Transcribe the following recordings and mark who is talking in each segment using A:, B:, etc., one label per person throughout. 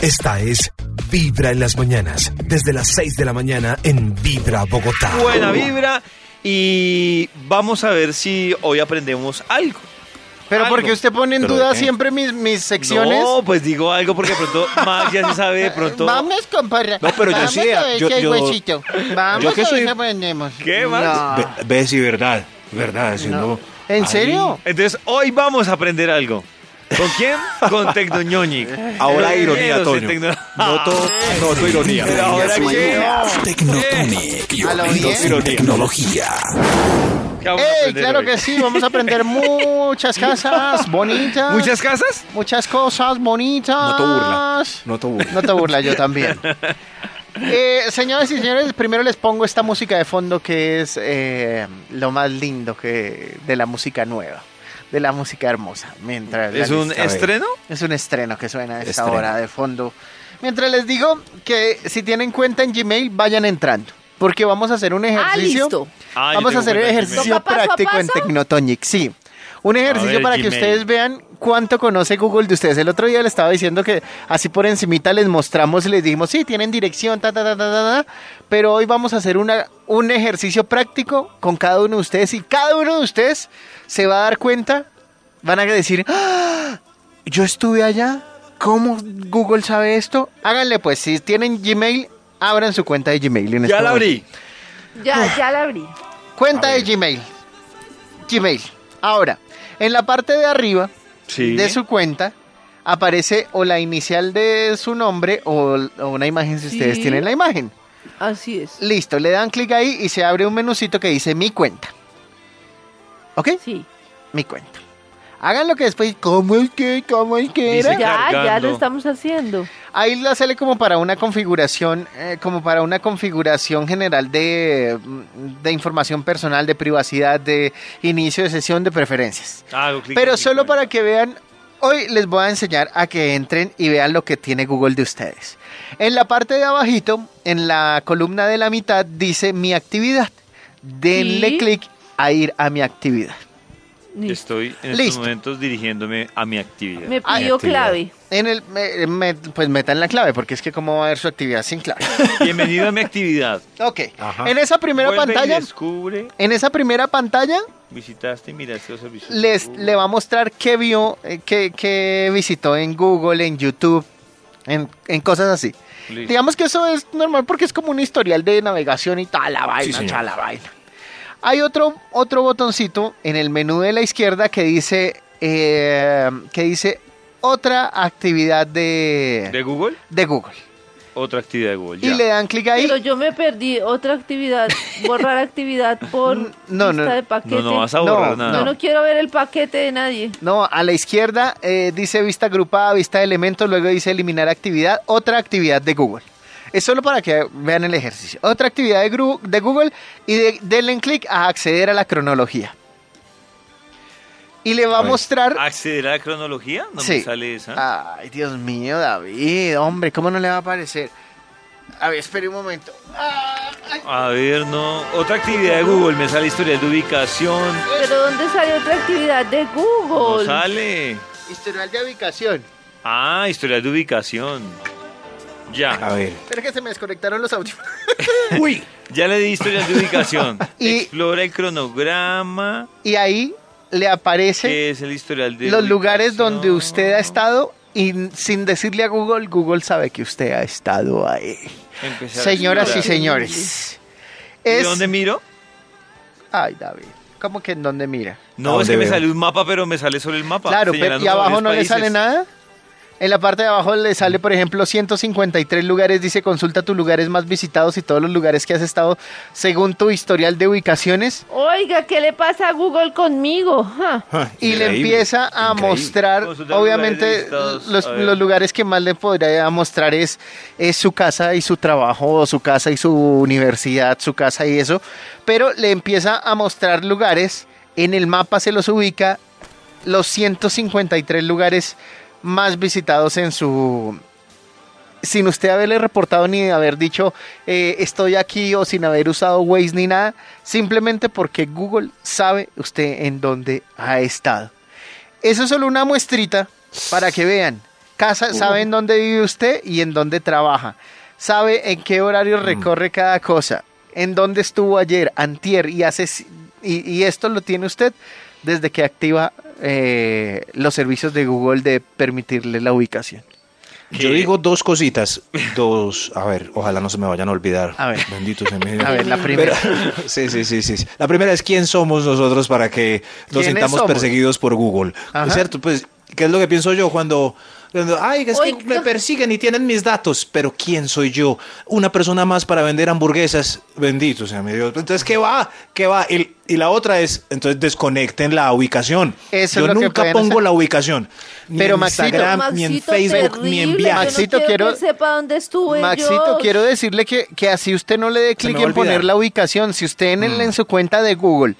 A: Esta es Vibra en las mañanas, desde las 6 de la mañana en Vibra Bogotá.
B: Buena vibra y vamos a ver si hoy aprendemos algo.
C: Pero
B: Algo.
C: porque usted pone en
D: ¿Pero
C: duda
D: de qué?
C: siempre mis, mis secciones.
B: No, pues digo algo porque de pronto Max ya se sabe de pronto.
C: Vamos, compadre.
D: No, pero yo
C: Vamos
D: sí, eh,
C: a ver
D: yo-
C: si hay
D: yo-
C: huesito. Vamos
D: yo que
C: a ver
D: soy-
C: si aprendemos.
B: ¿Qué, Max?
D: Ve-
C: No.
D: Ves y verdad, verdad. si no-
C: ¿En
D: ahí-
C: serio?
B: Entonces hoy vamos a aprender algo. ¿Con quién? Con Tecnoñoñi.
D: Ahora
C: Eh,
B: Los
D: ironía,
B: miedos de
D: Toño.
B: Tecno-
D: Noto,
C: Ah.
D: noto ironía.
B: Pero ahora qué?
E: Tecnotonic,
C: A lo
E: pioneros
C: bien.
E: en tecnología.
B: ¿Qué vamos a
C: ¡Ey,
B: aprender
C: claro
B: hoy?
C: que sí! Vamos a aprender muchas casas bonitas.
B: ¿Muchas casas?
C: Muchas cosas bonitas.
D: No te burla. No te burla.
C: No te burla, yo también. Eh, señoras y señores, primero les pongo esta música de fondo que es eh, lo más lindo que de la música nueva, de la música hermosa. Mientras la
B: ¿Es un
C: lista-
B: estreno?
C: es un estreno que suena a esta
D: Estreno.
C: hora de fondo. Mientras les digo que si tienen cuenta en Gmail, vayan entrando, porque vamos a hacer un
F: Ah,
C: ejercicio.
F: listo.
B: Ah, yo
C: Vamos a
B: tengo
C: hacer
B: cuenta en
C: ejercicio
F: Gmail. ¿Toca paso a
C: práctico en
F: paso?
C: Tecnotonic, sí. Un ejercicio
B: ver,
C: para que
B: Gmail.
C: ustedes vean cuánto conoce Google de ustedes. El otro día les estaba diciendo que así por encimita les mostramos y les dijimos, sí, tienen dirección, ta, ta, ta, ta, ta, ta. Pero hoy vamos a hacer una, un ejercicio práctico con cada uno de ustedes y cada uno de ustedes se va a dar cuenta, van a decir, "Ah, yo estuve allá, ¿cómo Google sabe esto? Háganle pues, si tienen Gmail, abran su cuenta de Gmail.
B: Ya
C: en este
B: la
C: momento.
B: abrí.
F: Ya, ya la abrí.
C: Cuenta de Gmail. Gmail. Ahora, en la parte de arriba
B: Sí.
C: de su cuenta aparece o la inicial de su nombre o, o una imagen si ustedes
F: Sí.
C: tienen la imagen.
F: Así es.
C: Listo, le dan clic ahí y se abre un menucito que dice mi cuenta. ¿Ok?
F: Sí.
C: Mi cuenta. Hagan lo que después, ¿cómo es que? ¿Cómo es que
B: Dice
C: era?
B: Estoy
F: Ya, ya
B: cargando.
F: lo estamos haciendo.
C: Ahí la sale como para una configuración, eh, como para una configuración general de, mm, de información personal, de privacidad, de inicio de sesión, de preferencias.
B: Ah, hago clic
C: Pero
B: aquí,
C: solo
B: bueno.
C: para que vean, hoy les voy a enseñar a que entren y vean lo que tiene Google de ustedes. En la parte de abajito, en la columna de la mitad, dice mi actividad. Denle
F: Sí.
C: clic a ir a mi actividad.
F: Listo.
B: Estoy en estos
C: Listo.
B: momentos dirigiéndome a mi actividad.
F: Me
C: Ay,
F: pidió clave.
C: En el, me- me- pues metan la clave, porque es que cómo va a ver su actividad sin clave.
B: Bienvenido a mi actividad.
C: Ok,
D: Ajá.
C: en esa primera
B: Vuelve y
C: pantalla...
B: descubre,
C: En esa primera pantalla
B: visitaste y miraste los servicios. de
C: les,
B: Google.
C: le va a mostrar qué vio, eh, qué, qué visitó en Google, en YouTube, en, en cosas así.
B: Listo.
C: Digamos que eso es normal porque es como un historial de navegación y tal, la
D: Sí,
C: vaina,
D: señor.
C: cha, la vaina. Hay otro, otro botoncito en el menú de la izquierda que dice, eh, que dice otra actividad de,
B: ¿De Google?
C: de Google.
B: Otra actividad de Google.
C: Y
B: ya.
C: le dan clic ahí.
F: Pero yo me perdí otra actividad, borrar actividad por
C: No, no,
F: lista de paquete.
B: No, no vas a
C: No,
B: borrar
F: Yo
B: nada.
F: no quiero ver el paquete de nadie.
C: No, a la izquierda eh, dice vista agrupada, vista de elementos, luego dice eliminar actividad, otra actividad de Google. Es solo para que vean el ejercicio. Otra actividad de, gru- de Google y de- denle clic a acceder a la cronología. Y le va a,
D: ver.
C: mostrar...
B: ¿Acceder a la cronología? No me
C: Sí. Ah.
B: sale esa.
C: Ay, Dios mío, David, hombre, ¿cómo no le va a aparecer? A ver, espere un momento. Ah, ay,
B: A ver, no. Otra actividad de Google. Me sale historial de ubicación.
F: Pero ¿dónde sale otra actividad de
B: No
F: Google?
B: sale.
C: historial de ubicación.
B: Ah, historial de ubicación. Ya.
D: A ver.
C: Pero que se me desconectaron los audios.
D: Uy.
B: Ya le di historial de ubicación.
C: Y-
B: Explora el cronograma.
C: Y ahí le aparece...
B: que es el historial de
C: los lugares
B: ubicación.
C: donde usted ha estado y n- sin decirle a Google, Google sabe que usted ha estado ahí.
B: Empezar a
C: Señoras y
B: explorar.
C: señores.
B: ¿Y
C: Es...
B: dónde miro?
C: Ay, David. ¿Cómo que en dónde mira?
B: No, es
D: dónde
B: que me
D: veo?
B: sale un mapa, pero me sale solo el mapa.
C: claro, pero
B: señalando
C: ¿y abajo
B: varios
C: no
B: países.
C: le sale nada? En la parte de abajo le sale, por ejemplo, 153 lugares. Dice, consulta tus lugares más visitados y todos los lugares que has estado según tu historial de ubicaciones.
F: Oiga, ¿qué le pasa a Google conmigo? Ja.
C: Y le
D: Increíble,
C: empieza a
D: increíble.
C: mostrar,
B: Consultar lugares
C: obviamente,
B: listados,
C: los,
B: a ver.
C: los lugares que más le podría mostrar es, es su casa y su trabajo, o su casa y su universidad, su casa y eso. Pero le empieza a mostrar lugares, en el mapa se los ubica, los 153 lugares más visitados en su... Sin usted haberle reportado ni haber dicho eh, estoy aquí o sin haber usado Waze ni nada, simplemente porque Google sabe usted en dónde ha estado. Eso es solo una muestrita para que vean Casa, sabe en dónde vive usted y en dónde trabaja. Sabe en qué horario recorre cada cosa. En dónde estuvo ayer, antier y hace... c- Y, y esto lo tiene usted desde que activa eh, los servicios de Google de permitirle la ubicación.
D: Yo digo dos cositas. Dos. A ver, ojalá no se me vayan a olvidar.
C: A ver.
D: Bendito se me.
C: A ver, la primera.
D: Pero- sí, sí, sí, sí. sí. La primera es quién somos nosotros para que nos
C: ¿Quiénes
D: sintamos
C: somos?
D: perseguidos por Google.
C: Ajá.
D: ¿Es cierto? Pues, ¿qué es lo que pienso yo cuando... cuando, Ay, es que
F: Oiga.
D: me persiguen y tienen mis datos, pero ¿quién soy yo? Una persona más para vender hamburguesas. Bendito sea mi Dios. Entonces, ¿qué va? ¿Qué va? Y, y la otra es, entonces desconecten la ubicación.
C: Eso
D: yo
C: es lo que
D: nunca
C: pueden
D: pongo
C: hacer.
D: la ubicación. Ni
C: Pero,
D: en
C: Maxito,
D: Instagram, ni en
F: Maxito,
D: Facebook, ni en
F: terrible,
D: viajes.
F: yo
C: Maxito,
F: no quiero,
C: quiero-
F: que él sepa dónde estuve
C: Maxito,
F: Pues yo.
C: quiero decirle que, que así usted no le dé
D: me
C: clic
D: va a
C: en poner
D: olvidar.
C: la ubicación. Si usted en, el- en su cuenta de Google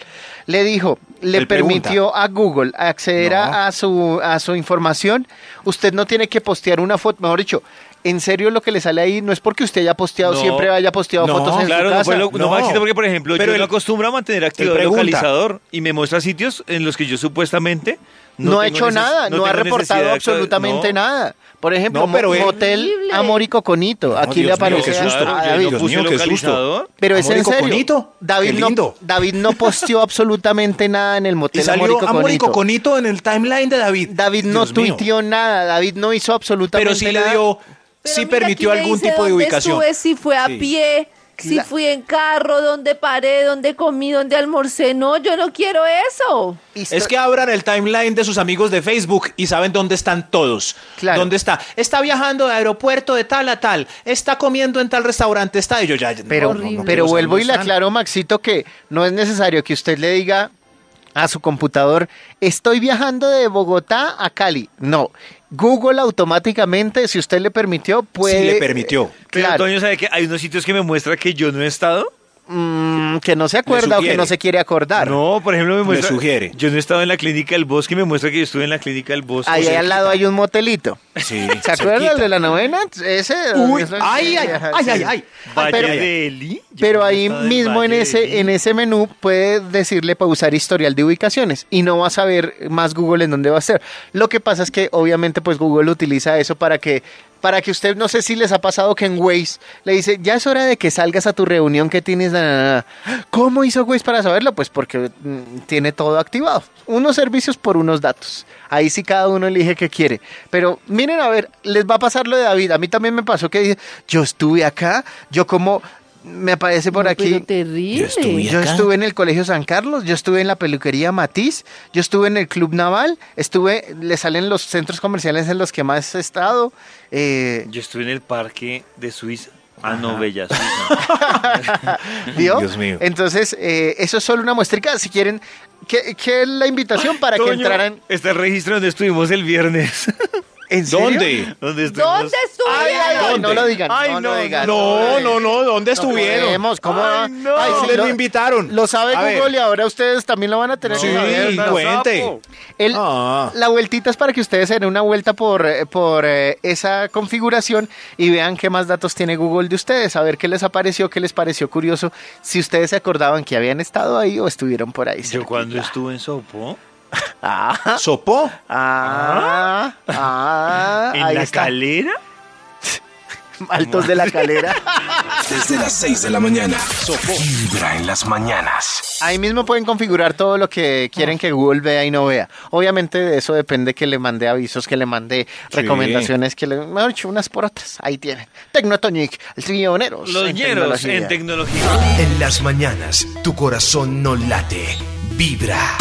C: le dijo, le
D: Él pregunta.
C: permitió a Google acceder a-
D: No.
C: a, su, a su información, usted no tiene que postear una foto. Mejor dicho, en serio lo que le sale ahí no es porque usted haya posteado,
B: No.
C: siempre haya posteado
D: No,
C: fotos en
B: Claro,
C: su
B: no,
C: casa.
B: fue lo, no,
D: No.
B: Maxito, porque por ejemplo,
D: Pero
B: yo
D: él-
B: no acostumbro a mantener activo el
D: pregunta.
B: localizador y me muestra sitios en los que yo supuestamente
C: no, ha
B: tengo
C: hecho
B: neces-
C: nada, no, ha
B: tengo
C: reportado
B: necesidad de actuar-
C: absolutamente
B: no.
C: nada. Por ejemplo,
D: No, pero
C: mo-
D: él-
C: Motel
F: Horrible.
C: Amor y Coconito. Aquí le
D: Dios mío,
C: aparece
D: qué
C: a-
D: susto.
C: a
B: Claro,
C: David.
B: yo no
D: Dios
B: puse
D: mío, qué susto.
B: localizador.
C: Pero es
D: Amor y
C: en serio.
D: Coconito.
C: David,
D: Qué
C: no,
D: lindo.
C: David no posteó absolutamente nada en el motel
D: Y salió Amor y
C: Coconito.
D: Coconito en el timeline de David.
C: David no
D: Dios mío.
C: tuiteó nada, David no hizo absolutamente
D: Pero sí
C: nada.
D: le dio,
F: Pero
D: sí
F: mira, aquí
D: permitió
F: me
D: algún
F: dice
D: tipo de
F: dónde
D: ubicación.
F: estuve, si fue a
D: Sí.
F: pie, si
C: La-
F: fui en carro, dónde paré, dónde comí, dónde almorcé. No, yo no quiero eso.
C: Y esto-
D: Es que abran el timeline de sus amigos de Facebook y saben dónde están todos.
C: Claro.
D: ¿Dónde está? Está viajando de aeropuerto de tal a tal. Está comiendo en tal restaurante. Está y yo ya.
C: Pero,
D: no, no, no quiero
C: pero
D: saber
C: vuelvo y
D: dónde
C: le
D: están.
C: aclaro, Maxito, que no es necesario que usted le diga a su computador, estoy viajando de Bogotá a Cali. No, Google automáticamente, si usted le permitió, puede... eh,
D: Sí le permitió.
B: Pero
C: Claro,
B: Antonio sabe que hay unos sitios que me muestra que yo no he estado.
C: mm, que no se acuerda o que
D: sugiere.
C: no se quiere acordar.
B: No, por ejemplo, me muestra.
D: sugiere.
B: Yo no he estado en la clínica del bosque y me muestra que yo estuve en la clínica del bosque.
C: Ahí al lado hay un motelito.
D: Sí.
C: ¿Se acuerda
D: cerquita.
C: el de la novena? Ese.
D: Uy,
C: Eso-
D: ay, ay,
C: Ajá,
D: ay,
C: sí.
D: ay, ay.
B: Valle
C: pero-
B: de Eli. Yo
C: Pero
B: no he
C: ahí
B: estado en
C: mismo en
B: Valle de
C: ese,
B: Eli.
C: en ese menú puede decirle pausar historial de ubicaciones y no va a saber más Google en dónde va a ser. Lo que pasa es que obviamente pues Google utiliza eso para que para que usted no sé si les ha pasado que en Waze le dice, "Ya es hora de que salgas a tu reunión que tienes." na, na, na". ¿Cómo hizo Waze para saberlo? Pues porque mm, tiene todo activado. Unos servicios por unos datos. Ahí sí cada uno elige qué quiere. Pero miren a ver, les va a pasar lo de David. A mí también me pasó que dije, "Yo estuve acá, yo como me aparece por
F: No,
C: aquí
F: Pero terrible.
E: Yo estuve-
C: yo
E: acá?
C: estuve en el Colegio San Carlos, yo estuve en la peluquería Matiz, yo estuve en el Club Naval, estuve, le salen los centros comerciales en los que más he estado. eh,
B: Yo estuve en el parque de Suiza. Ah, no, Bella Suiza.
C: ¿vio?
D: Dios mío.
C: Entonces, eh, eso es solo una muestrica. Si quieren, que, que la invitación para que
B: Toño,
C: entraran.
B: Está el registro donde estuvimos el viernes.
C: ¿En serio?
D: ¿Dónde?
B: ¿Dónde
F: ¿Dónde estuvieron?
C: Ay, ay, ay, no
D: ¿Dónde?
C: lo digan.
B: Ay,
C: no, lo
B: no,
C: digan, lo
D: No,
C: digan.
D: no, no. ¿Dónde
C: No
D: estuvieron?
C: podemos, ¿cómo va?
B: Ay, no.
C: Ay,
D: ¿Dónde lo invitaron?
C: Lo sabe
D: A ver.
C: Google y ahora ustedes también lo van a tener
D: Sí,
C: que saber.
B: no,
D: cuente.
B: sapo.
C: El-
D: Ah.
C: La vueltita es para que ustedes se den una vuelta por, eh, por eh, esa configuración y vean qué más datos tiene Google de ustedes, a ver qué les apareció, qué les pareció curioso, si ustedes se acordaban que habían estado ahí o estuvieron por ahí.
B: Yo
C: cerquita.
B: cuando estuve en Sopo,
C: Ah,
D: ¿Sopó?
C: ah, ah,
B: en
C: ahí
B: la
C: está.
B: calera.
C: Altos de la calera.
E: Desde las 6 de la mañana. Vibra en las mañanas.
C: Ahí mismo pueden configurar todo lo que quieren que Google vea y no vea. Obviamente de eso depende que le mande avisos, que le mande
D: Sí.
C: recomendaciones, que le... Mejor dicho, unas por otras. Ahí tienen. Tecnotonic, pioneros.
B: Los
C: en
B: ñeros
C: tecnología.
B: en tecnología.
A: En las mañanas, tu corazón no late, vibra.